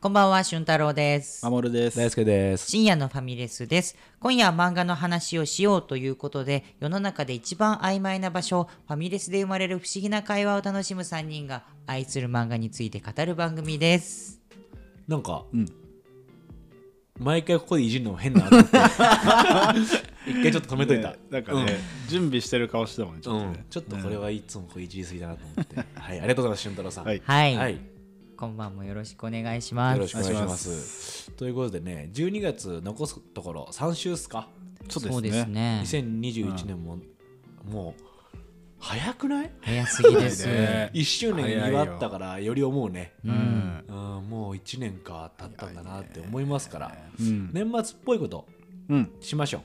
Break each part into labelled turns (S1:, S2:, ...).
S1: こんばんは、俊太郎です。
S2: 守です。
S3: 大輔です。
S1: 深夜のファミレスです。今夜は漫画の話をしようということで、世の中で一番曖昧な場所、ファミレスで生まれる不思議な会話を楽しむ3人が愛する漫画について語る番組です。
S3: なんか、
S2: ん
S3: 毎回ここでいじるのも変だなと思って 一回ちょっと止めといた。
S2: ねなんかね、準備してる顔してたもんね、ち
S3: う
S2: ょっ
S3: ん
S2: と
S3: うん
S2: ね。
S3: ちょっとこれはいつもこういじりすぎだなと思って。はい、ありがとうございます、俊太郎さん。
S2: はい
S1: はい。
S3: はい
S1: 今晩もよろしくお願いします。
S3: よろしくお願
S2: お
S3: いし
S2: 願いしま
S3: ます。ということでね、12月残すところ3週っすか、
S1: そうです。ね。
S3: 2021年も、もう早くない
S1: 早すぎ です。
S2: ね
S3: ?1 周年
S2: 早いよ
S3: 祝ったからより思うね。
S2: うん。
S3: うん、もう1年か経ったんだなって思いますから、
S2: うん。
S3: 年末っぽいこと
S2: うん。
S3: しましょう。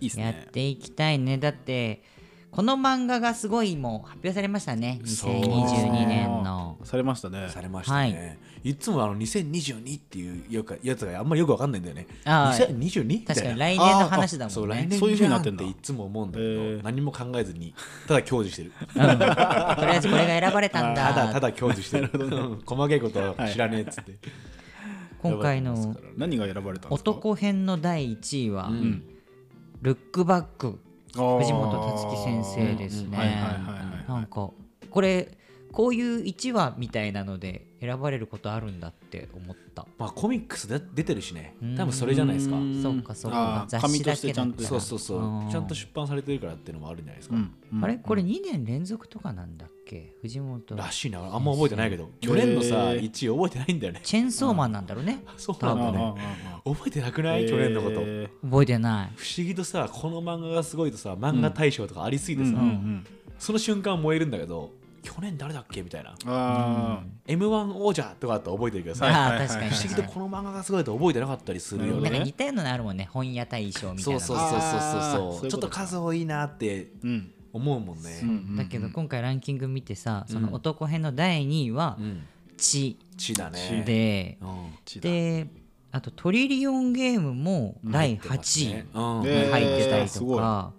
S2: いいっす
S1: や
S2: ね
S1: っ。ていきたいね。だって、この漫画がすごいもう発表されましたね。
S3: そう
S1: 2022年の。
S2: されましたね。
S3: されましたね、い、つもあの2022っていうよくやつがあんまよくわかんないんだよね
S1: ああ
S3: 2022? みた
S1: 確か
S3: い
S1: に
S3: な
S1: 来年の話だ
S3: そ
S1: も
S3: うん
S1: ね
S3: 来。年
S2: そういう風になって
S3: じゃ
S2: ん
S3: んっ
S2: だ
S3: ていつも思うんだけど、
S2: へえ
S3: 何も考えずにただ享受してる
S1: うんとりあえずこれが選ばれたんだ
S3: ただただ享受してるうん 細かいことは知らねえっつって、
S1: 今回
S3: 選ば
S1: の
S3: れてますからね
S2: 何が選ばれたんですか
S1: 男編の第1位は「
S3: うん
S1: ルックバック
S2: あー」
S1: 藤本達樹先生ですね、
S3: うん
S2: はいはいはい
S1: な
S2: は
S1: んかこれこういう1話みたいなので選ばれることあるんだって思った、
S3: まあコミックスで出てるしね
S1: うん
S3: 多分それじゃないですか
S2: うん
S1: そうかそうか
S2: あー
S1: 雑誌だけだ
S2: 紙
S1: っ
S2: と
S1: た
S2: してちゃん
S3: そうそうそう、
S1: ん
S3: ちゃんと出版されてるからっていうのもあるんじゃないですか、
S2: い。うん
S1: あれこれ2年連続とかなんだっけ藤本
S3: らしいなあんま覚えてないけど去年のさ
S2: へえ
S3: 1位覚えてないんだよね
S1: チェーンソーマンなんだろうね
S3: そうなんだね覚えてなくない、去年のこと
S1: 覚えてない
S3: 不思議とさこの漫画がすごいとさ漫画大賞とかありすぎてさ、
S2: うん
S3: その瞬間燃えるんだけど去年誰だっけみたいな
S2: うん。あ
S3: m 1王者とかだと覚えてるけどさ、
S2: はい
S1: あ
S2: はい
S1: あ
S2: はい
S1: 確かに
S3: 不思議とこの漫画がすごいと覚えてなかったりするよ
S1: な
S2: な
S1: んか
S2: る
S3: ね
S2: ほどね
S1: 似たようなのあるもんね本屋大賞みたいな
S3: そ
S1: の
S3: うそうそうそ
S2: あ
S3: う
S2: ー
S3: そうそ
S2: そう
S3: うちょ
S2: いうこ
S3: っ
S2: と
S3: と
S2: か
S3: 数多いなって
S2: あ。うん。
S3: 思うもんね
S2: う、ん
S1: だけど今回ランキング見てさそ
S3: うん
S1: の男編の第2位は
S3: うん、
S1: 「血
S3: 血だね
S1: で
S3: うん、
S2: 血だ
S1: であと「トリリオンゲーム」も第8位
S3: うん
S2: ね
S1: に入ってたり
S2: えーす
S1: と
S2: ごい
S1: か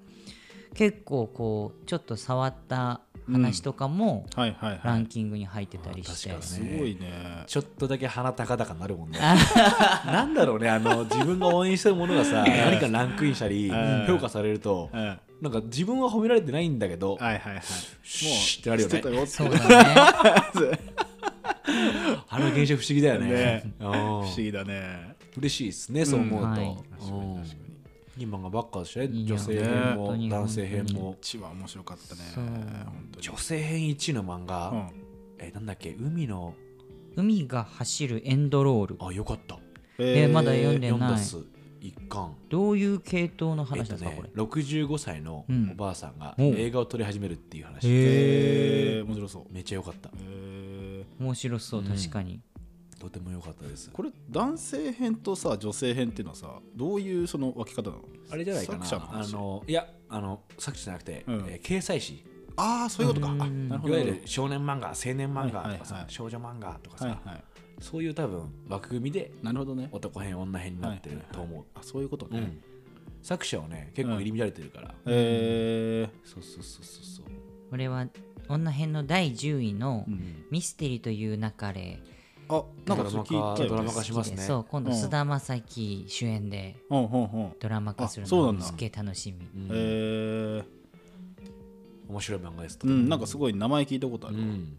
S1: 結構こうちょっと触った話とかも
S2: はいはい
S1: ラ
S2: は
S1: ン
S2: い。
S1: キングに入ってたりして
S3: あー確か
S2: す
S3: に
S2: ごいね。
S3: ちょっとだけ鼻高々になるもんね。なんだろうね、あの自分が応援してるものが さ、何かランクインしたり
S2: うん、
S3: 評価されると
S2: う、んはい
S3: なんか自分は褒められてないんだけど、
S2: はいはい。もう
S3: シーってなるよね
S2: してたよって
S1: そうだね
S3: あの現象不思議だよね
S2: ね。
S3: うん
S2: 不思議だね。
S3: 嬉しいですね、そう思う
S1: うん
S3: と
S1: はい
S3: うん。いい漫画ばっかだしね、
S1: いいよ
S3: 女性編も
S1: ね本当に
S3: 男性編も。
S2: 血は面白かったね。
S1: そう
S2: 本当に
S3: 女性編1の漫
S2: う
S3: 画、
S2: ん。
S3: え、なんだっけ、海の、
S1: 海が走るエンドロール
S3: あ、よかった。
S1: えーまだ読んで
S3: 読んだ
S1: な
S3: っ
S1: い
S3: す、一巻。
S1: どういう系統の
S3: えっ
S1: 話
S3: と
S1: なんですか
S3: ね
S1: これ、
S3: 65歳の
S1: うん
S3: おばあさんが
S1: お
S3: 映画を撮り始めるっていう話。
S2: えー面白そう。
S3: めっちゃ良かった。
S2: え
S1: 面白そう確かに
S3: とても良かったです
S2: ー。これ男性編とさ女性編っていうのはさどういうその分け方なの
S3: あれじゃないかな。
S2: 作者の話
S3: あのいやあの作者じゃなくて、
S2: うん
S3: えー掲載誌。
S2: ああそういうことか
S1: うん
S2: あなるほ
S3: い
S2: ど
S3: わ
S2: な
S3: ゆ
S2: る
S3: る少年漫画、青年漫
S2: はい
S3: 画
S2: はい
S3: とかさ、
S2: はい
S3: 少女漫画とか
S2: ほ
S3: さ、
S2: どはいはい
S3: そういう多分枠組みで
S2: なるほどね
S3: 男編女編になってると思う。
S2: あそういうことね、
S3: うん作者をね結構入り乱れてるから。
S2: えー
S3: そうそうそうそう
S1: これは女編の第10位の
S2: うん
S1: 「ミステリーという流れ」
S2: あなんかそれ
S3: ドラ
S2: 聞
S3: マ化
S2: いたよね
S3: ドラマ化しますね
S1: そう今度
S2: うん
S1: 菅田将暉主演で
S2: うんうんうん
S1: ドラマ化する
S2: あそうな
S1: の
S2: ん
S1: が
S2: だ
S1: すっげえ楽しみ
S3: そう。うん
S2: えー
S3: 面白い漫画ですと
S2: う
S3: ても。
S2: んなんかすごい名前聞いたことあ
S3: う
S2: る、
S3: ん。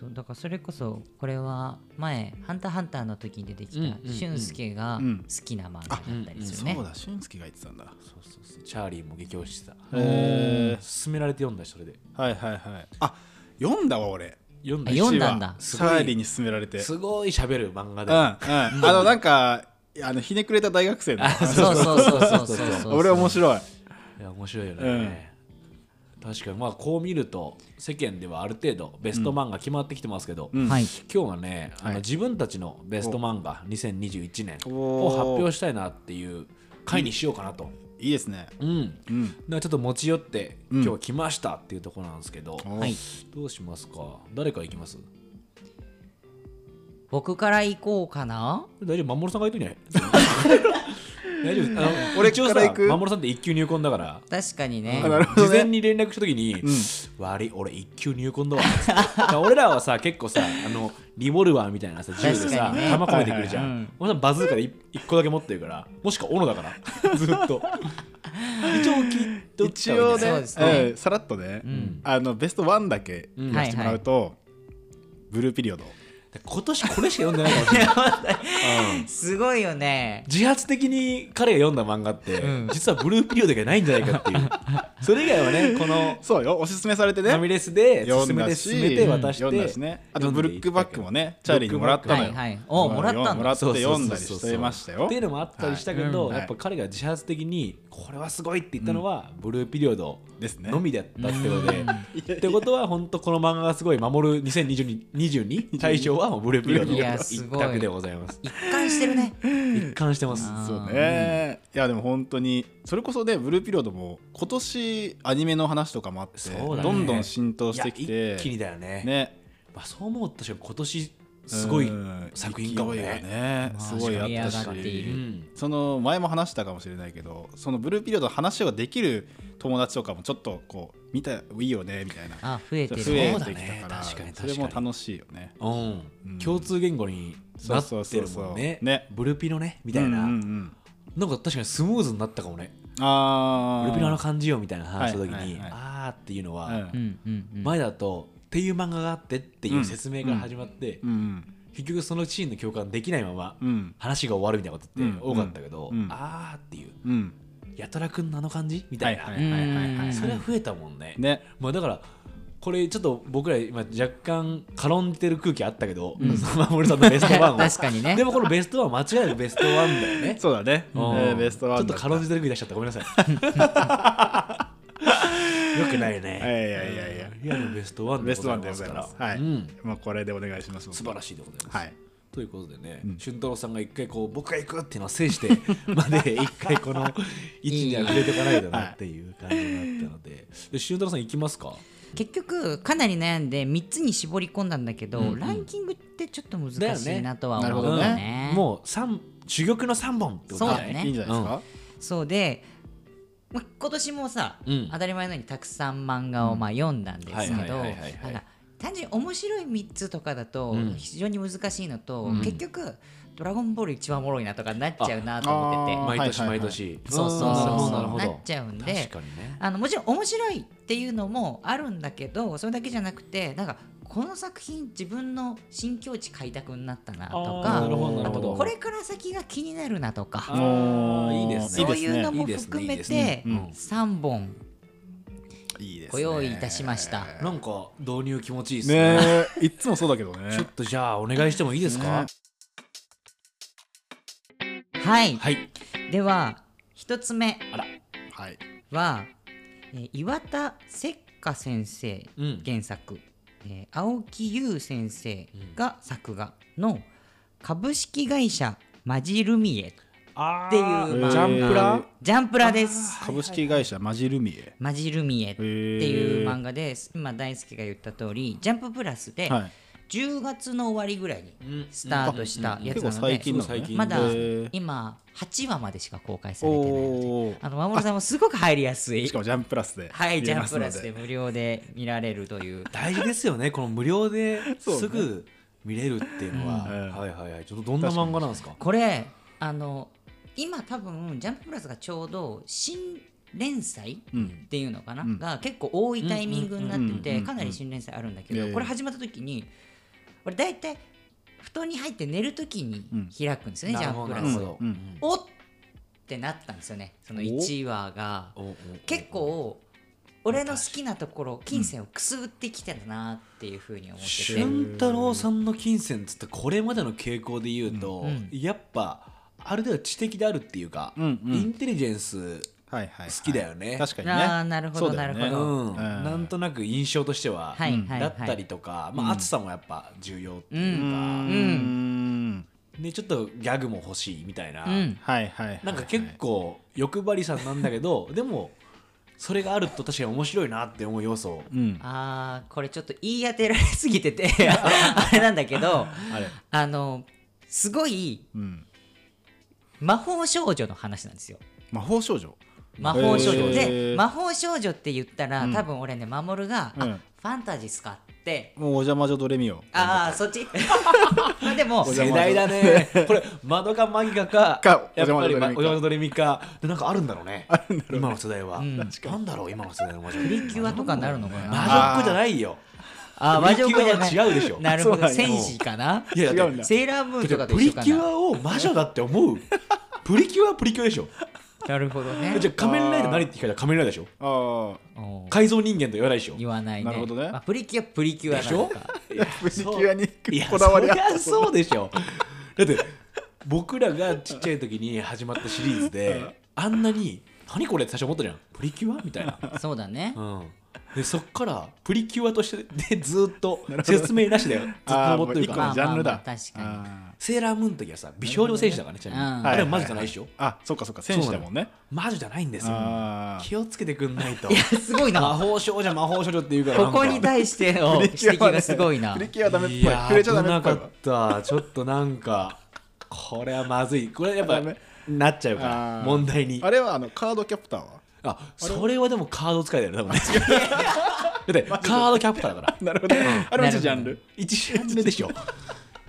S1: そうだからそれこそこれは前「ハンターハンター」の時に出てき
S3: うん
S1: た
S3: うんうん
S1: 俊介が
S2: うん
S1: 好きな漫画だったりするね
S2: そうだ俊介が言ってたんだ
S3: そうそうそう。チャーリーも激推ししてた。
S2: え
S3: 勧められて読んだしそれで。
S2: ー、はいはいはいあ読んだわ俺
S3: 読ん
S1: あ
S3: だ
S1: 読んだん
S2: 一
S1: だ
S2: 話
S3: す
S2: サ
S3: ごい
S2: ーリーに勧められて
S3: すごい喋る漫画
S2: うんう
S3: で。
S2: ん、あのなんかあのひねくれた大学生の
S1: そうそうそうそうそうそう
S2: 俺面白い
S3: いや面白いよね、確かにまあこう見ると世間ではある程度ベスト漫画決まってきてますけど、
S2: うん
S1: はい
S3: 今日はね、あ
S2: はい
S3: の自分たちのベスト漫画2021年
S2: お
S3: を発表したいなっていう回にしようかなと、
S2: いいですね
S3: うん
S2: うん
S3: なんかちょっと持ち寄って
S2: うん
S3: 今日は来ましたっていうところなんですけど、
S1: はい
S3: どうしますか誰から行きます
S1: 僕から行こうかな
S3: 大丈夫守さんがいてね大丈夫ですあの
S2: 俺
S3: 一応
S2: から
S3: さ
S2: 行く
S3: 守さんって一級入魂だから
S1: 確かにね
S2: あなるほどね
S3: 事前に連絡した時に「悪い俺一級入魂だわ」だから俺らはさ結構さあのリボルバーみたいなさ銃で
S1: 確か
S3: さ
S1: にね
S3: 弾込めてくるじゃ
S1: はいはいはいうん
S3: ん俺さバズーカで一一個だけ持ってるからもしくは斧だから ずっと一応聞いとった
S2: 一
S3: わ
S2: 応
S3: け
S2: ね
S3: だ
S1: そうですね
S2: うんさらっとね、
S1: ん
S2: あのベスト1だけ
S3: うん
S2: 言わせてもらうと、ブルーピリオド
S3: 今年これしか読んでないかもし れないうん
S1: すごいよね
S3: 自発的に彼が読んだ漫画って、
S1: うん
S3: 実はブルーピリオドがないんじゃないかっていうそれ以外はねこの
S2: そうよおすすめされて
S3: フ
S2: ね
S3: ァミレスで
S2: 読
S3: 進
S2: ん
S3: め
S2: だ
S3: て
S2: し
S3: 進めて渡して、
S2: 読んだしねあとブ
S3: 読ん
S2: ル
S3: でい
S2: ッ
S3: った
S2: ク
S3: けど
S2: バックもねチャーリーにもらったのよ、
S1: はいはいおもらったん
S2: もら
S1: だ
S2: っ
S3: そう
S2: て
S3: そう
S2: 読ん
S3: そうそ
S2: だりし
S3: う
S2: てましたよ
S3: っていうのもあったりしたけど、
S2: はい
S3: やっぱ彼が自発的にこれはすごいって言ったのは、ブルーピリオド
S2: ですね
S3: のみだったってことで、
S2: うん
S3: ってことは本当この漫画がすごい守る2022大賞はもうブルーピリオド
S1: いやす
S3: 一
S1: ごい
S3: 択でございます
S1: 一貫してるね
S3: 一貫してます
S1: あ
S2: そうねいやでも本当にそれこそねブルーピリオドも今年アニメの話とかもあって、
S3: そうだね
S2: どんどん浸透してき
S3: いや
S2: て
S3: 一気にだよね
S2: ね
S3: まあ、そう思うと確かに今年すごい
S2: うん
S3: 作品かもね
S2: 勢いがねすごいあったし
S1: 盛り上がっている
S3: うん
S2: その前も話したかもしれないけどそのブルーピリオドの話をできる友達とかもちょっとこう見たいいよねみたいな
S1: あ増えて
S2: 増
S1: る
S2: え
S3: そうだ
S2: てき
S3: ね
S2: たから
S3: 確かに確
S2: そ
S3: かに
S2: れも楽しいよね
S3: うん
S2: うん
S3: 共通言語になってる
S2: そうそう
S3: も
S2: そ
S3: ん
S2: うそう
S3: ね
S2: ね
S3: ブルピのねみたいな、
S2: うんうんうん
S3: なんか確かにスムーズになったかもね
S2: あ
S3: ブ
S2: ー
S3: ルピのあの感じよみたいな話した時に、
S2: はいはいはい
S3: あーっていうのは、
S1: う
S2: うん
S1: んうんうん
S3: 前だとっていう漫画があってっていう説明から始まって、
S2: うん
S3: 結局そのシーンの共感できないまま、
S2: うん
S3: 話が終わるみたいなことって多かったけど、
S2: うんうん
S3: あーっていう
S2: うん
S3: やたらくんのあの感じみたいな、
S2: はいはいはいはい
S1: うん
S3: それは増えたもんね、
S2: ね
S3: まあだからこれちょっと僕ら今若干軽んじてる空気あったけど、
S1: うん
S3: その守さんのベスト ワンを
S1: 確かにね
S3: でもこのベストワン間違いなくベストワンだよね
S2: そうだねえ
S3: うん
S2: ーベストワン
S3: ちょっと軽んじてる空気出しちゃったごめんなさい よくないね
S2: いやいやいやいや
S3: うんいやでもベストワン
S2: ベ
S3: で
S2: ス
S3: ご
S2: ト
S3: ざ
S2: ワンでござ
S3: います
S2: い
S3: か
S2: ま
S3: ら
S2: すはい
S3: うん
S2: まあこれでお願いします
S3: 素晴らしいでございます、
S2: はい
S3: ということでね、
S2: うん
S3: 俊太郎さんが一回こう僕が行くっていうのを 制してまで一回この位置には触れておかないとなっていう感じがあったのでで俊太郎さん行きますか
S1: 結局かなり悩んで3つに絞り込んだんだけど、
S3: うんうん
S1: ランキングってちょっと難しいなとは
S2: だよ
S1: 思
S2: ね
S1: うよ
S2: なるほど
S1: ね
S2: ね
S3: もう三珠玉の3本ってこと
S1: そう
S3: だ
S1: だ
S3: ね
S1: ね
S2: いいんじゃないですか
S1: そうで、まあ、今年もさ、
S3: うん
S1: 当たり前のようにたくさん漫画をまあ読んだんですけど
S3: はいはいはいはいはい
S1: なんか単純に面白い3つとかだと
S3: うん
S1: 非常に難しいのと、
S3: うん
S1: 結局「ドラゴンボール」一番おもろいなとかなっちゃうなと思って
S2: あ
S1: て
S2: ー
S3: 毎年
S2: はいは
S3: 毎
S2: いはい
S3: 年
S1: そうそうそう
S3: なるほど
S1: そう
S3: なるほど
S1: なっちゃうんで
S3: 確かにね
S1: あのもちろん面白いっていうのもあるんだけどそれだけじゃなくてなんかこの作品自分の新境地開拓になったなと
S3: あー
S1: か
S3: なるほどなるほど
S1: これから先が気になるなとか
S3: あーいいですね
S1: そういうのも
S3: いいですね
S1: 含め
S3: いいですね
S1: て
S3: うん
S1: 3本
S2: いいですね
S1: ご用意いたしました。
S3: なんか導入気持ちいいですね
S2: ねえいっつもそうだけどね
S3: ちょっとじゃあお願いしてもいいですか、
S2: ね
S1: はい、
S3: はい
S1: では1つ目
S3: あら
S2: はい
S1: は、えー岩田雪花先生
S3: うん
S1: 原作、えー青木優先生が作画の株式会社マジルミエ
S3: あ
S1: っていう
S2: まあジャンプラ
S1: ジャンプラです
S2: 株式会社マジルミエ
S1: マジルミエっていう漫画です今大輔が言った通りジャンププラスで
S2: はい
S1: 10月の終わりぐらいにスタートしたや
S2: 結
S1: つ
S2: 構
S1: なの
S2: 最近
S1: で
S2: なのね
S1: まだ
S2: へー
S1: 今8話までしか公開されてないので
S2: おお
S1: あの守さんもすごく入りやすい
S2: しかもジャンプラスで
S1: はい
S2: 見
S1: ジ
S2: れ
S1: ャ
S2: ま
S1: ン
S2: す
S1: プ
S2: の
S1: ラスで無料で見られるという
S3: 大事ですよねこの無料で
S2: そうね
S3: すぐ見れるっていうのは、
S2: うん
S3: はいはいはいちょっとどんな漫画なんですか
S1: これあの今多分ジャンププラスがちょうど新連載
S2: うん
S1: っていうのかな、
S2: ん
S1: が結構多いタイミングになって
S2: うんうんうん
S1: て
S2: うん
S1: かなり新連載あるんだけ
S2: いやい
S1: ど
S2: や
S1: これ始まった時に俺大体布団に入って寝る時に開くんですよね、ジャンププ
S3: な
S1: ラ
S3: る
S1: ス
S3: ほ
S1: を。
S3: ど、
S2: うん
S1: おっってなったんですよねその1話が。
S3: おお
S1: 結構俺の好きなところ金銭をくすぶってきてたなっていうふうに思ってて、
S3: 俊太郎さんの金銭っつってこれまでの傾向で言うと、
S1: うんうん
S3: やっぱあれでは知的であるっていうか、
S2: うんうん
S3: インテリジェンス、
S2: はいはいはい
S3: 好きだよね
S2: 確かにね
S1: あーなるほど
S2: そうだよね
S1: なる
S3: う
S1: ほど
S3: んなんとなく印象としては、
S1: はいはいはい
S3: だったりとか、まあ、暑さもやっぱ重要って
S2: う
S3: いうか、
S2: ん
S3: でちょっとギャグも欲しいみたいな、
S1: うん
S2: はいはいはい
S3: なんか結構欲張りさんなんだけどでもそれがあると確かに面白いなって思う要素
S2: うん
S1: あーこれちょっと言い当てられすぎて てあれなんだけど
S2: あれ
S1: あのすごい
S2: うん
S1: 魔法少女の話なんですよ
S2: 魔法少女
S1: 魔法少女
S2: へ
S1: で
S2: ー
S1: 魔法少女って言ったら、
S2: うん
S1: 多分俺ね守が、
S2: うん
S1: あファンタジーっすかって
S2: もうお邪魔女ドレミオ
S1: ああそっ ちまあでも
S2: 邪
S3: 世
S2: 魔女
S3: 代だねこれ窓かマギカか
S2: か
S3: やっぱりまお
S2: お邪魔女ドレミか
S3: 邪魔女ドレミかでなんかあるんだろうね今の世代は、
S1: ん
S3: なんだろう今の世代の魔女プ
S1: プリキュアとかになるのかな
S3: 魔女っ子じゃないよ
S1: あ
S3: プリキュア
S1: 魔
S3: は
S1: 女っ子
S3: 違うでしょ
S1: なるほ
S2: そう
S1: ど
S2: なんや
S1: 戦士かない
S3: や
S2: 違うんだ
S1: セーラームーンとかと
S3: プ
S1: 一
S3: リ
S1: 緒か
S3: キュ
S1: な
S3: アを魔女だって思う プリキュアはプリキュアでし ょ
S1: なるほどね
S3: じゃあ仮面ライダー何って聞かれたら仮面ライダーでしょ
S2: あ
S1: おー
S3: 改造人間と言わないでしょ
S1: 言わないね
S2: なるほどね
S1: まあ、プリキュアプリキュア
S3: で
S1: な
S3: し
S1: の
S3: ょ
S1: か
S3: いや
S2: あプリキ
S3: そう
S2: ュアに
S3: いや
S2: こだわりあっ
S3: そり
S2: た
S3: ゃそうでしょだって僕らがちっちゃい時に始まったシリーズ であんなに「何これ?」って最初思ったじゃんプリキュアみたい な、
S1: そうだね
S3: うん、でそっからプリキュアとしてでずっと説明なしだよずっと
S2: あーも
S3: 登って
S2: う
S3: る
S2: 一
S3: か
S2: 個
S3: ら
S2: のジャンルだ
S1: まあまあ確かに
S2: あ
S3: セーラームーンの時はさ美少女戦士だからねちなみに、
S1: うん
S3: あれは魔女じゃないでしょ、
S2: ーあそっかそっか戦士だもんね
S3: 魔女じゃないんですよ
S2: あー
S3: 気をつけてくんないと
S1: いやすごい
S3: 魔
S1: な
S3: 法少女魔法少女っていうからな
S1: こ
S3: んか
S1: こに対しての
S2: プ
S1: 指
S2: リキュア
S1: 摘
S2: はね
S1: がすごいな
S2: プリキュアはダメっぽい
S3: いや
S2: 触れちゃダメっぽい
S3: 危なかったちょっとなんかこれはまずいこれやっぱ
S2: ダメ
S3: なっちゃうか
S2: わ
S3: ら
S2: あー
S3: 問題に
S2: あれはあのカードキャプターは
S3: あそれはでもカード使いだよね多分ね だってカードキャプターだから
S2: なるほどあれも一ジャンル
S3: 一ジャンルでしょ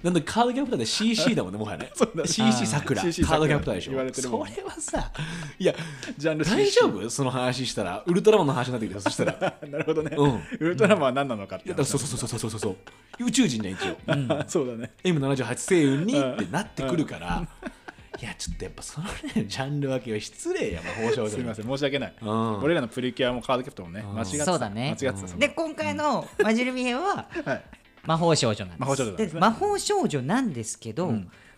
S3: なんでカードキャプターで CC だもんねもはや ね
S2: そうだね
S3: CC さくらカ
S2: CC
S3: ードキャプターでし
S2: 言われてるも
S3: ょ
S2: ん
S3: それはさ いや
S2: ジャンル
S3: 大丈夫その話したらウルトラマンの話になってきたよそしたら
S2: 夫 なるほどね、
S3: うん
S2: ウルトラマンは何なのかっ
S3: い
S2: て
S3: やだからそうそうそうそうそうそうそう宇宙人じゃん一応
S2: う そうだね
S3: M78 星雲にってなってくるから、いや、ちょっとやっぱそのね、ジャンル分けは失礼や、魔法少女に。
S2: すみません申し訳ない、
S3: うん
S2: 俺らのプリキュアもカードキャプターもね間違ってた
S1: そうだね
S2: 間違ってたそこ
S1: で今回の「マジルミヘ」は
S2: はい
S1: 魔法少女なんです
S2: 魔法少女なんですね
S1: 魔法少女なんですけど、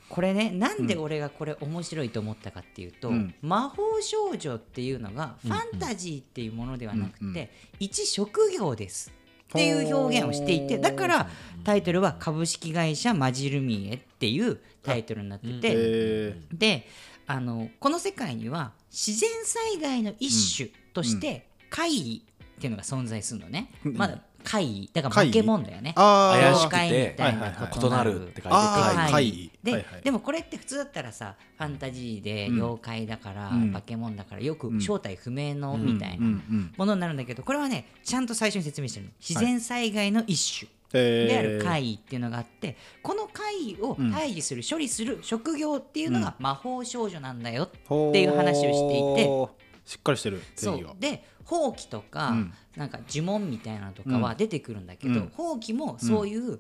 S1: これねなんで俺がこれ面白いと思ったかっていうと、
S2: うん
S1: 魔法少女っていうのがファンタジーっていうものではなくて、一職業ですっていう表現をしていて
S2: ほう
S1: だからタイトルは「株式会社マジルミエ」っていうタイトルになってて、
S2: え
S1: であのこの世界には自然災害の一種として怪異っていうのが存在するのね、
S2: うん
S1: まだ怪異だから
S2: 怪
S1: 化
S2: 異
S1: け物だよね
S2: ー、あー
S3: 怪し
S1: 妖怪み
S3: く
S1: たい
S2: はい
S1: な
S2: はいはい
S1: 異
S3: 異
S1: な
S3: な
S1: る
S3: る
S1: っ
S3: ってて
S1: 書いて
S3: 書いて
S2: あー
S1: 怪
S2: 怪
S1: 異
S2: 異
S1: で、
S2: はいはい
S1: でもこれって普通だったらさファンタジーで
S2: うん
S1: 妖怪だから、
S2: うん
S1: 化け物だからよく
S2: うん
S1: 正体不明の
S3: うん
S1: みたい
S2: うんう
S1: なんものになるんだけどこれはねちゃんと最初に説明してるの自然災害の一種
S2: えー
S1: である怪異っていうのがあってこの怪異を
S2: うん
S1: 退治する、処理する職業っていうのが魔法少女なんだよ
S2: ほー
S1: っていう話をしていて
S2: しっかりしてる定
S1: そ
S2: 義
S1: う
S2: が
S1: で放棄とか、
S2: うん
S1: なんか呪文みたいなのとかは出てくるんだけど、
S2: うん
S1: 放棄もそういう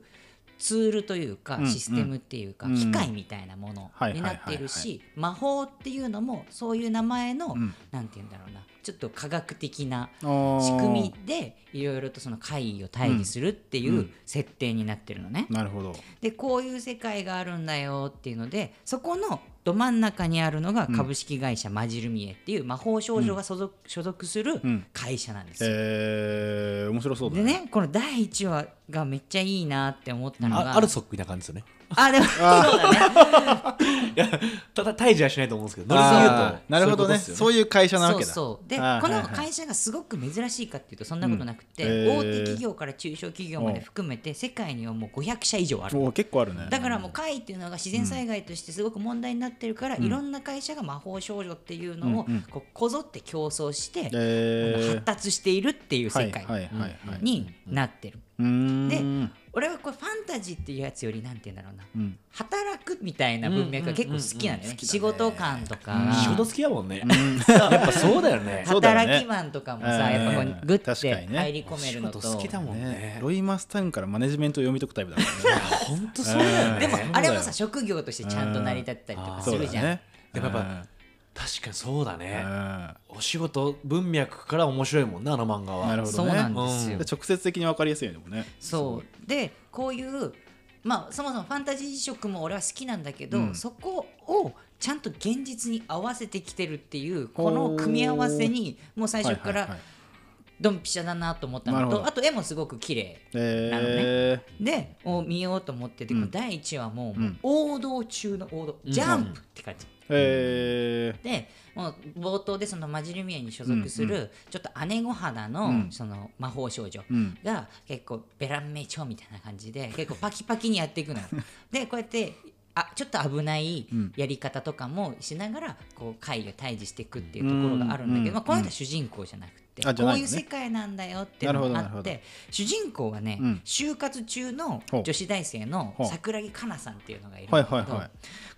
S1: ツールというか、
S2: うん
S1: システムっていうか、
S2: うん
S1: 機械みたいなもの
S2: はいは
S1: に
S2: い
S1: な
S2: はいはい
S1: っているし、魔法っていうのもそういう名前の、
S2: うん
S1: なんて言うんだろうなちょっと科学的な仕
S2: 仕
S1: 組みでいろいろとその怪異を退治するってい
S2: んう
S1: うん設定になってるのね。
S2: なるほど
S1: でこういう世界があるんだよっていうのでそこのど真ん中にあるのが株式会社マジルミエっていう魔法少女が所属,、所属する
S2: うん
S1: 会社なんですよ。
S2: えー、面白そうだ
S1: でねこの第1話がめっちゃいいなって思ったのが、
S3: あアルソックみたいな感じですよね。
S1: あでもそうだね
S3: いや、ただ退治はしないと思うんですけど、
S2: あーなる
S3: ノリで言
S2: ほ
S3: うと
S2: どね
S3: そういうことですよ
S2: そういう会社なわ
S1: そう
S2: けだ
S1: そうでこ
S2: あー
S1: の
S2: はいはい
S1: 会社がすごく珍しいかっていうとそんなことなくて、
S2: うんへー
S1: 大手企業から中小企業まで含めて世界にはもう500社以上ある
S2: おー結構あるね
S1: だからもう貝っていうのが自然災害としてすごく問題になってるから、いろんな会社が魔法少女っていうのを
S2: うんうん
S1: こうこぞって競争して、あの
S2: え
S1: 発達しているっていう世界
S2: はいはいはいはい
S1: になってる。
S2: ー、うーん
S1: で俺はこれファンタジーっていうやつよりなんて言うんだろうな
S2: うん
S1: 働くみたいな文脈が結構好きなんだよね仕事感とか
S3: 仕事好きやもんね。やっぱそうだよ ね。
S2: そうだよね
S1: 働きマンとかもさ、
S2: うん
S1: やっぱこうグッ
S2: 確か
S1: て
S2: にね
S1: 入り込めるのと
S3: お仕事好きだもん
S2: ね
S3: ね。
S2: ロイマスタインからマネジメントを読み解くタイプだ からね
S3: 本当そうだよね。
S1: でも
S3: そうだよ
S1: あれもさ職業としてちゃんと成り立ったりとかす
S2: そう
S1: る
S2: だ
S1: じゃん。
S2: ね
S3: でもやっぱ確かにそうだ
S2: うん
S3: ね。
S2: うん
S3: お仕事文脈から面白いもんな、あの漫画は。
S2: なるほどね
S1: そうなんですよ、
S2: で直接的に分かりやすいよねでもね
S1: そうでこういうまあそもそもファンタジー色も俺は好きなんだけど、
S2: うん
S1: そこをちゃんと現実に合わせてきてるっていうこの組み合わせにもう最初か
S2: はいは
S1: ら
S2: いはい
S1: ドンピシャだなと思った
S2: な
S1: の
S2: る
S1: と、
S2: ほど
S1: あと絵もすごく綺麗なの
S2: え
S1: でを見ようと思ってて、
S2: うん
S1: この第1話もう
S2: うん
S1: 王道中の王道、
S3: うん
S1: ジャンプって感じ。
S2: ー、えー
S1: でもう冒頭でそのマジルミエに所属す
S2: うん
S1: るちょっと姉御肌
S2: う
S1: の
S2: ん
S1: その魔法少女
S2: うん
S1: が結構ベランメイチョみたいな感じで結構パキパキにやっていくのよでこうやってあちょっと危ない
S2: うん
S1: やり方とかもしながらこう会が対峙していくっていうところがあるんだけど、
S2: うん
S1: まあ、この人は主人公じゃなくて
S2: あじゃ
S1: こ
S2: ないうの
S1: い
S2: ね
S1: う世界なんだよっていうのが
S2: なる
S1: あ
S2: ほ
S1: っ
S2: どなる
S1: て主人公はね、
S2: うん
S1: 就活中の
S2: ほう
S1: 女子大生の
S2: ほう
S1: 桜木かなさんっていうのがいるん
S2: はい
S1: だ
S2: はい
S1: けど
S2: はい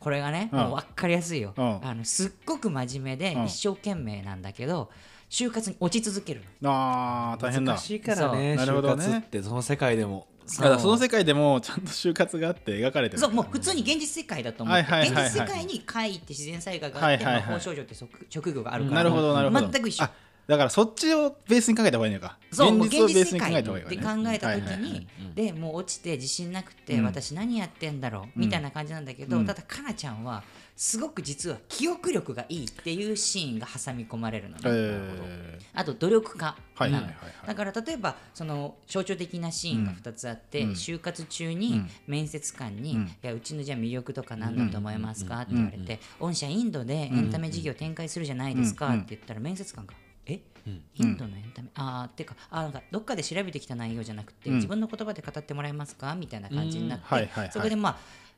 S1: これがね、
S2: うん
S1: もう分かりやすいよ、
S2: うん
S1: あのすっごく真面目で
S2: うん
S1: 一生懸命なんだけど就活に落ち続けるの
S2: あー大変だ
S3: 難しいからね
S2: そうなるほ
S3: 就
S2: どね
S3: 活ってその世界でも
S2: だからその世界でもちゃんと就活があって描かれてる
S1: そうもう普通に現実世界だと思って、
S2: はいはいはいはい
S1: 現実世界に怪異って自然災害があって、
S2: はいはいはい
S1: 魔法少女って職職業があるから、
S2: なるほどなるほど
S1: 全く一緒
S2: あだからそっちをベースに考えた方がいいのか
S1: そうもう
S2: 現実を
S1: 現
S2: ベー
S1: 実
S2: ス
S1: 世
S2: に考
S1: 界で
S2: えた
S1: 考
S2: 方がいいよね
S1: えた時
S2: はいはいはい
S1: にでもう落ちて自信なくて、
S2: うん
S1: 私何やってんだろうみたいな感じなんだけど、
S2: うん
S1: ただかなちゃんはすごく実は記憶力がいいっていうシーンが挟み込まれるのね、
S2: え
S1: あと努力家
S2: ーはいはいはいは
S1: だ
S2: い
S1: から例えばその象徴的なシーンが2つあって、
S2: うん
S1: 就活中
S2: う
S1: に
S2: ん
S1: 面接官に、
S2: うん
S1: いやうちのじゃあ魅力とか何だと思いますか?」って言われて「御社インドでエンタメ事業展開するじゃないですか」
S2: うん
S1: って言ったら面接官が「え
S3: うん
S1: インドのエンタメああってかあーなんかどっかで調べてきた内容じゃなくて、
S2: うん
S1: 自分の言葉で語ってもらえますかみたいな感じになって、
S2: うんはいはいはい
S1: そこでまあ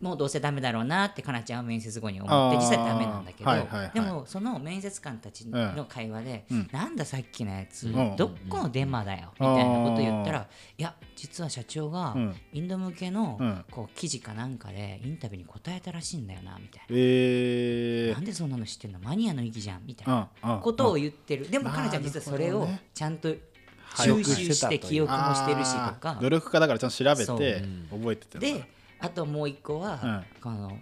S1: もうどうせダメだろうなってかなちゃんは面接後に思って
S2: あー
S1: 実際ダメなんだけど、
S2: はいはいはい
S1: でもその面接官たちの会話で、
S2: うん
S1: なんださっきのやつ、
S2: うん
S1: どっこのデマだよみたいなこと言ったらいや実は社長が
S2: うん
S1: インド向けの
S2: うん
S1: こう記事かなんかでインタビューに答えたらしいんだよなみたいな、
S2: えー
S1: なんでそんなの知ってんのマニアの域じゃんみたいな
S2: うんうん
S1: ことを
S2: うん
S1: 言ってる、でも
S2: まあ
S1: 彼女は実はそれ
S2: なる
S1: を
S2: ほどね
S1: ちゃんと
S2: はい
S1: 収集して記憶もしてるしと
S2: あ
S1: か
S2: ー努力家だからちゃんと調べて
S1: そう
S2: 覚えてて
S1: であともう一個は、この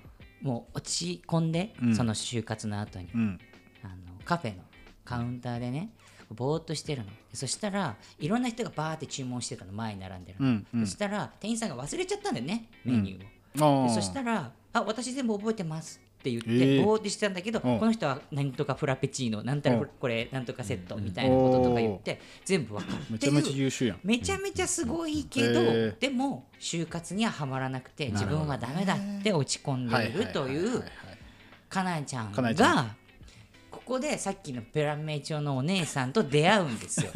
S1: もう落ち込んで、
S2: うん
S1: その就活の後に
S2: うん
S1: あのカフェのカウンターでねぼーっとしてるのそしたらいろんな人がバーって注文してたの前に並んでる
S2: う
S1: の、
S2: んうん
S1: そしたら店員さんが忘れちゃったんだよねメニューを、
S2: あ
S1: で
S2: ー
S1: そしたら「あ私全部覚えてます」って言って、
S2: ええ
S1: ぼーってしてたんだけど、
S2: うん
S1: この人は何とかフラペチーノ何たらフラ
S2: う
S1: これ何とかセットみたいなこととか言って、全部わかる
S2: め
S1: って
S2: ち
S1: い
S2: ゃめちゃ
S1: う
S2: 優秀やん
S1: めちゃめちゃすごいけど、
S2: うんええ
S1: でも就活にははまらなくて自
S2: るほ
S1: 分
S2: ど
S1: はダメだって落ち込んでいるとい
S2: ははは
S1: う
S2: はは
S1: かなえちゃん
S2: かなえちゃ
S1: がここでさっきのペラン名調のお姉さんと出会うんです よ。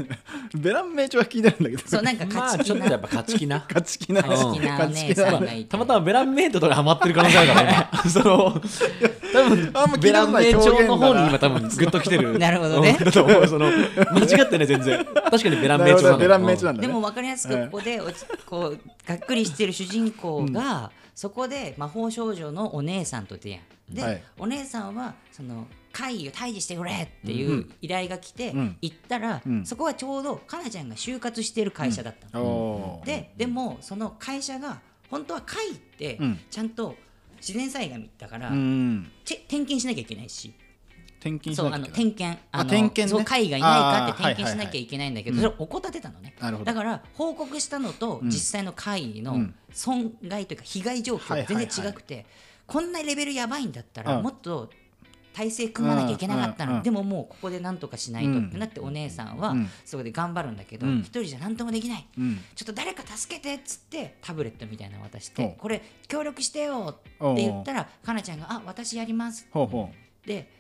S2: ベラン名調は聞いてるんだけど
S1: そうなんか
S3: まあ
S1: 勝ち
S3: ちょっ
S1: 気
S3: と
S1: な、
S3: やっぱ勝ち気な
S2: 勝ち気な
S1: 勝ち気なお姉さんがいて
S3: たまたまベランメイトとかハマってる可能性あるから 今その多
S2: あ
S3: 分
S2: んま聞
S3: ベ
S2: いたこと
S3: ラン
S2: ない
S3: メイト
S2: 表現だ
S3: の
S2: な
S3: 方に今多分グッと来て る
S1: なるほどね
S3: うんだと思うその間違ってない全然確かにベラン
S2: な
S3: メイ
S2: るほ
S3: トな
S2: ど
S3: の
S2: ベラン名調な
S3: うん
S2: んだ
S1: で
S2: ね
S1: も分かりやすくここでおちこうがっくりしてる主人公が、そこで魔法少女のお姉さんと出会う。で、
S2: はい
S1: お姉さんはその会議を退治してくれっていう依頼が来て、
S2: うん
S1: 行ったら、
S2: うん
S1: そこはちょうどかなちゃんが就活してる会社だったの。
S2: おー
S1: ででもその会社が本当は会って
S2: うん
S1: ちゃんと自然災害だから、
S2: うん
S1: チェ点検しなきゃいけないし
S2: 転勤し
S1: そうあ
S2: な
S1: の
S2: きゃいけない
S1: 点検
S2: あ
S1: あの
S2: 点検ね
S1: そう会がいないかって
S2: あー
S1: 点検しなきゃいけないんだけど、
S2: はいはいは
S1: それ怠ってたのね、
S2: なるほど
S1: だから報告したのと
S2: ん
S1: 実際の会
S2: う
S1: の
S2: ん
S1: 損害というか被害状況が全然違くて、こんなレベルやばいんだったら
S2: うん
S1: もっと体制組まなきゃいけなかったの
S2: うん
S1: に、
S2: うん
S1: でももうここでなんとかしないと
S2: うん
S1: ってなってお姉さんは
S2: うん
S1: そこで頑張るんだけど一、
S2: うん
S1: 人じゃ何ともできない
S2: うん
S1: ちょっと誰か助けてっつってタブレットみたいなの渡し
S2: おう
S1: てこれ協力してよ
S2: おうおう
S1: って言ったらかなちゃんが「あ私やります
S2: ほうほ」
S1: で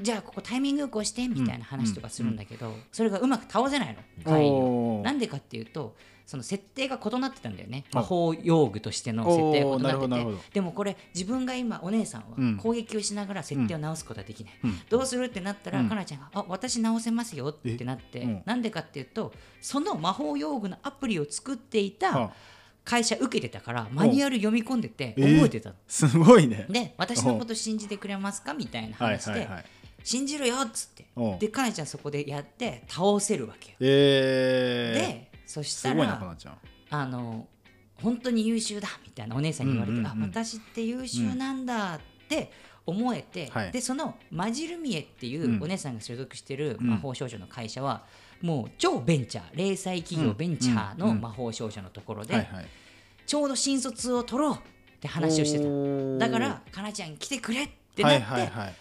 S1: じゃあここタイミングよく押してみたいな話とかするんだけど、それがうまく倒せないの
S2: う
S1: 会議を
S2: おー
S1: なんでかっていうとその設定が異なってたんだよね魔法用具としての設定が異な
S2: おーなるほどなる
S1: っ
S2: ほ
S1: て
S2: ど
S1: てでもこれ自分が今お姉さん
S2: うん
S1: は攻撃をしながら設定を直すことはできない、
S2: うん
S1: どうするってなったら、
S2: うん
S1: かなちゃんが「あ私直せますよ」ってなって、
S2: えうん
S1: なんでかっていうとその魔法用具のアプリを作っていた
S2: あ
S1: 会社受けてたからマニュアル読み込んでて
S2: えー
S1: 覚えてたの。
S2: すごいね
S1: で私のこと信じてくれますかみたいな
S2: はい
S1: 話
S2: はい
S1: で
S2: はい
S1: 「信じるよ」っつって
S2: おう
S1: でかなちゃんそこでやって倒せるわけよ。
S2: えー
S1: でそし
S2: す
S1: た
S2: ごいなか
S1: ら
S2: なちゃん
S1: あの本当に優秀だみたいなお姉さんに言われて、
S2: うんうんうん
S1: あ私って優秀なんだって思えて、
S2: はい
S1: でそのマジルミエってい
S2: うん
S1: うお姉さんが所属してる魔法少女の会社は、もう超ベンチャー零細企業ベンチャー
S2: うんう
S1: の
S2: ん
S1: 魔法少女のところで、
S2: はいはい
S1: ちょうど新卒を取ろうって話をしてた
S2: おー
S1: だからかなちゃん来てくれってなっ
S2: は
S1: て、
S2: いはいはい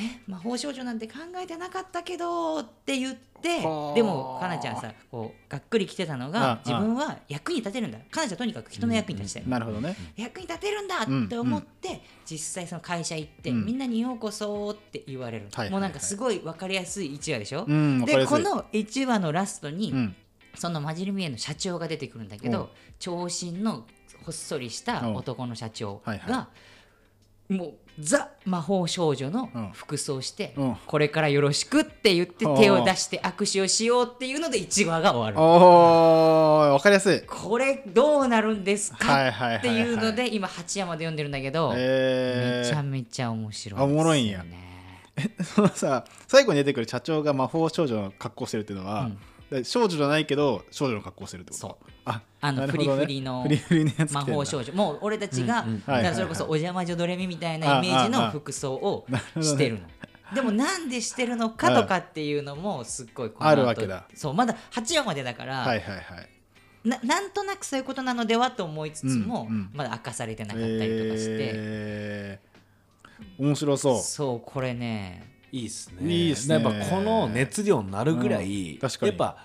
S1: え魔法少女なんて考えてなかったけどって言って
S2: はあ
S1: でもかなちゃんさこうがっくりきてたのが
S2: あ
S1: 自分は役に立てるんだかなちゃんとにかく人の役に立ちたい、
S2: なるほどね
S1: 役に立てるんだって思って、実際その会社行って、
S2: うん
S1: みんなにようこそって言われる、
S2: はいはいはい
S1: もうなんかすごい分かりやすい1話でしょ、
S2: うんわかり
S1: で
S2: やす
S1: こ
S2: い
S1: の1話のラストに、
S2: うん
S1: そのマジルミエの社長が出てくるんだけど、
S2: うん
S1: 長身のこっそりした男の社長
S2: うんはいは
S1: がもうザ魔法少女の
S2: うん
S1: 服装して
S2: うん
S1: これからよろしくって言って
S2: はあ
S1: 手を出して握手をしようっていうので1話が終わる
S2: おーわかりやすい
S1: これどうなるんです
S2: はい
S1: か
S2: はいはい、はい、
S1: っていうので今8話まで読んでるんだけどめ
S2: え
S1: ちゃ
S2: ー、
S1: めちゃ面白い
S2: あおもろいんや
S1: ですよね
S2: その さ最後に出てくる社長が魔法少女の格好してるっていうのは、で少女じゃないけど少女の格好してるってこと
S1: そう
S2: あ
S1: あの
S2: なるほどね
S1: フリフリの
S2: フリフリのやつ着てん だ
S1: 魔法少女もう俺たちが、
S3: うんうん
S1: だか
S2: はいはいは
S1: ら
S2: い
S1: それこそお邪魔女ドレミみたいなイメージ
S2: あああ
S1: の
S2: あ
S1: 服装 をしてるの。でもなんでしてるのかとかっていうのもすっごいこの後
S2: あるわけだ
S1: そうまだ8話までだから、
S2: はいはいはい
S1: ななんとなくそういうことなのではと思いつつも、
S2: うんうん
S1: まだ明かされてなかったりとかして、
S2: えー面白そう
S1: そうこれね
S3: いいっすね
S2: いいっすね
S3: やっぱこの熱量になるぐらい、
S2: うん確かに
S3: やっぱ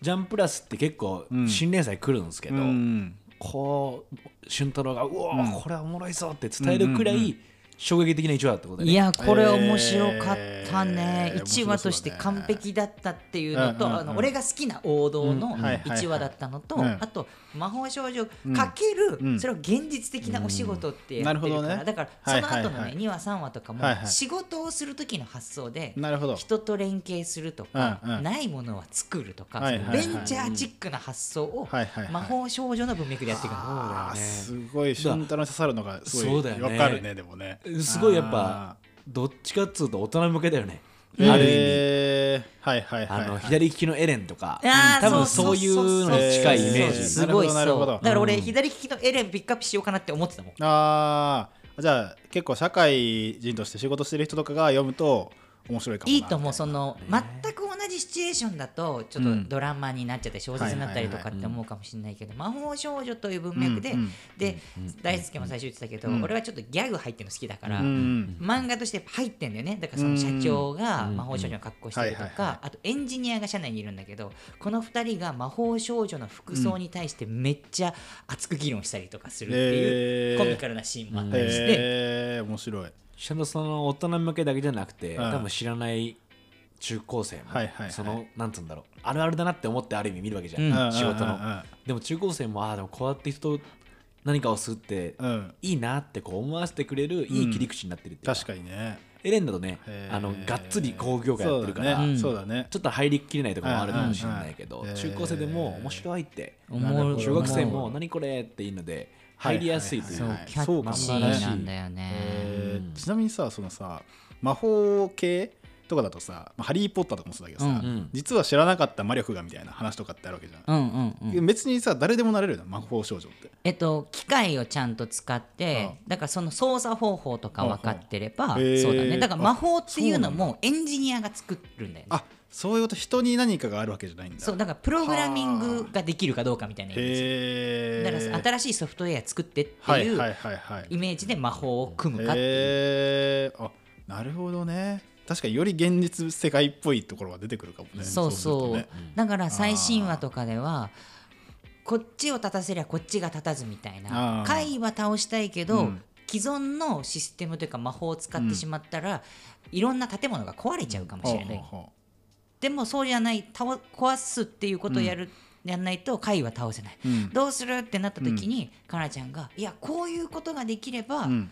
S3: ジャンプラスって結構
S2: うん
S3: 新連載来るんですけど、
S2: うん
S3: こう俊太郎が「うおー、
S2: うん
S3: これはおもろいぞ」って伝えるくらい、
S2: うんうんう
S3: 衝撃的な一話だってことで、ね、
S1: いやこれ面白かったね、
S2: えー
S1: 1話として完璧だったっていうのと、
S2: 面白そうだ
S1: あ
S2: ねうんうんう
S1: の
S2: ん
S1: 俺が好きな王道
S3: うん
S1: の
S2: はいはいはい
S1: 1話だったのと、
S2: うん
S1: あと「魔法少女
S2: うん」
S1: かける、
S2: うん
S1: それを現実的なお仕事ってやってる
S2: う
S1: か
S2: んなるほど
S1: ら、
S2: ね
S1: だからその後のね、
S2: はいはいはい
S1: 2話3話とかも
S2: はいはい
S1: 仕事をする時の発想で。
S2: なるほど
S1: 人と連携するとか、
S2: うんうん
S1: ないものは作るとか、
S2: はいはいはい
S1: ベンチャーチックな発想を
S2: はいはいはい
S1: 魔法少女の文脈でやっていくの、
S2: あー
S3: ね
S2: すごい俊太郎に刺さるのがす
S3: そ
S2: ご
S3: う
S2: い
S3: だよ
S2: わ
S3: ね
S2: かるねでもね
S3: すごいやっぱどっちかっつうと大人向けだよね、
S2: えー
S3: ある意味
S2: はいはいはい
S3: あの
S2: はい
S3: 左利きのエレンとか、
S1: あー
S3: 多分そういうのに近いイメージ、
S2: えー
S1: すごいそう
S2: なるほどなるほど
S1: だから俺
S3: うん
S1: 左利きのエレンピックアップしようかなって思ってたもん
S2: あーじゃあ結構社会人として仕事してる人とかが読むと面白いかもない
S1: いと思うその
S3: ね
S1: 全く同じシチュエーションだとちょっ
S2: う
S1: と
S2: ん
S1: ドラマになっちゃって小説になったりと
S2: はい
S1: か
S2: は
S1: っ
S2: い
S1: て思うかもしれないけど魔法少女という文脈で
S2: うんうん
S1: で大輔も最初言ってたけど
S2: うん
S1: 俺はちょっとギャグ入ってるの好きだから
S2: うん
S1: 漫画として入ってんだよねだからその社長が魔法少女の格好してると
S2: うんはいはいは
S1: かあとエンジニアが社内にいるんだけどこの2人が魔法少女の服装に対してめっちゃ熱く議論したりとかするってい
S2: へ
S1: うコ
S2: ー
S1: ミカルなシーンもあったりして。
S2: へえ面白い
S3: ちゃんとその大人向けだけじゃなくて、
S2: うん
S3: 多分知らない中高生も、
S2: はいはいはい
S3: そのなんつうんだろうあるあるだなって思ってある意味見るわけじゃん、
S1: うん
S3: 仕事の、
S2: うんうんうん
S3: でも中高生もああでもこうやって人と何かをするって、
S2: うん
S3: いいなってこう思わせてくれるいい切り口になってるっていう
S2: 確かにね
S3: エレンだとね
S2: へー
S3: あのがっつり工業界やってるか
S2: そ
S3: ら、
S2: うだね
S1: ん
S2: そうだね
S3: ちょっと入りきれないとかもあるかもしれないけど、
S2: うんうんうん
S3: 中高生でも面白いって、
S1: 思
S2: なるほ
S1: う
S2: ど
S3: 中学生
S1: 思う
S3: も何これっていうので入りやすいという
S1: そう
S3: か、
S2: はい
S1: キャッチー
S3: そう
S1: なんだよね。
S2: えー
S3: うん
S2: ちなみにさそのさ魔法系とかだとさ「まあハリー・ポッター」とかもそうだけどさ、
S1: うん
S3: うん
S2: 実は知らなかった魔力がみたいな話とかってあるわけじゃん、
S1: うんうんうん。
S2: 別にさ誰でもなれるの魔法少女って
S1: えっと機械をちゃんと使って、だからその操作方法とか分かってれば、
S2: うんうんへー
S1: そうだね。だから魔法っていうの
S2: あそうな
S1: もエンジニアが作るんだよね。
S2: あそういうこと人に何かがあるわけじゃないんだ
S1: そうだからプログラミングができるかどうかみたいなイメージ。
S2: へ
S1: だ
S2: え
S1: から新しいソフトウェア作ってって
S2: はいいは
S1: う
S2: いはいはい
S1: イメージで魔法を組むかっていう。
S2: へーあなるほどね確かにより現実世界っぽいところは出てくるかもね
S1: そうそう
S2: するとね
S1: だから最新話とかではこっちを立たせりゃこっちが立たずみたいな
S2: あー
S1: 怪は倒したいけど、
S2: うん
S1: 既存のシステムというか魔法を使ってしまったら、いろんな建物が壊れちゃうかもしれない、
S2: ほうほうほ
S1: でもそうじゃない倒壊すっていうことをやる、やんないと怪は倒せない、
S2: ううん
S1: どうするってなった時に、かなちゃんがいやこういうことができれば、
S2: うん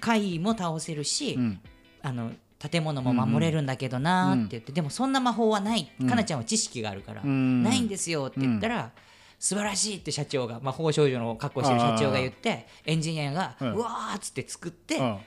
S1: 怪も倒せるし、
S2: うん
S1: あの建物も守れるんだけどなーって言って、でもそんな魔法はない、
S2: うん
S1: かなちゃんは知識があるから、
S2: うん
S1: ないんですよって言ったら、素晴らしいって社長が魔法少女の格好してる社長が言ってエンジニアが、う
S2: うん
S1: わーっつって作って、
S2: うん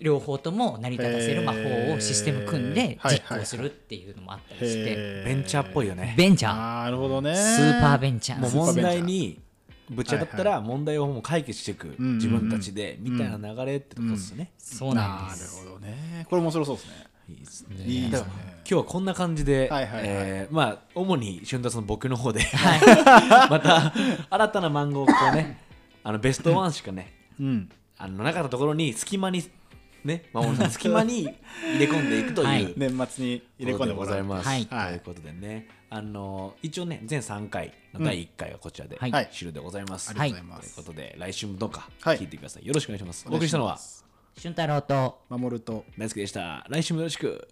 S1: 両方とも成り立たせる魔法をシステム組んで
S2: へー
S1: 実行するっていうのもあったりして、
S2: へ
S3: ベンチャーっぽいよね。
S1: ベンチャー
S2: なるほどね
S1: スーパーベンチャ
S3: もう
S1: ー
S3: 問題にぶち当たったら問題をもう解決していく
S2: んうんうん
S3: 自分たちでみたいな流れってことですね。
S1: そうなんで
S2: なる
S1: す
S2: ほどねこれ面白そうですね
S3: いいですね。
S2: いいですね
S3: だから今日はこんな感じで、
S2: はいはいはい
S3: えーまあ主に俊達の僕の方 で、また新たな漫画をこうね、あのベストワンしかね、
S2: うん
S3: あのなかったところに隙間に ね、まあ、俺の隙間に入れ込んでいくという、
S1: はい
S2: 年末に入れ込んでも
S3: ご
S2: ら
S3: ざ
S2: う
S3: います。
S1: はい
S3: ということでね、あの一応ね、全3回の第1回はこちらで
S1: はい
S2: はい
S3: 終了でございます。
S1: あり
S2: がとうございます
S3: ということで、来週もどうか
S2: はい
S3: 聞いてください。よろしくお願いします。お
S2: 願いします
S3: 送りしたのは
S1: 俊太郎と
S2: 守ると
S3: 大輔でした。来週もよろしく。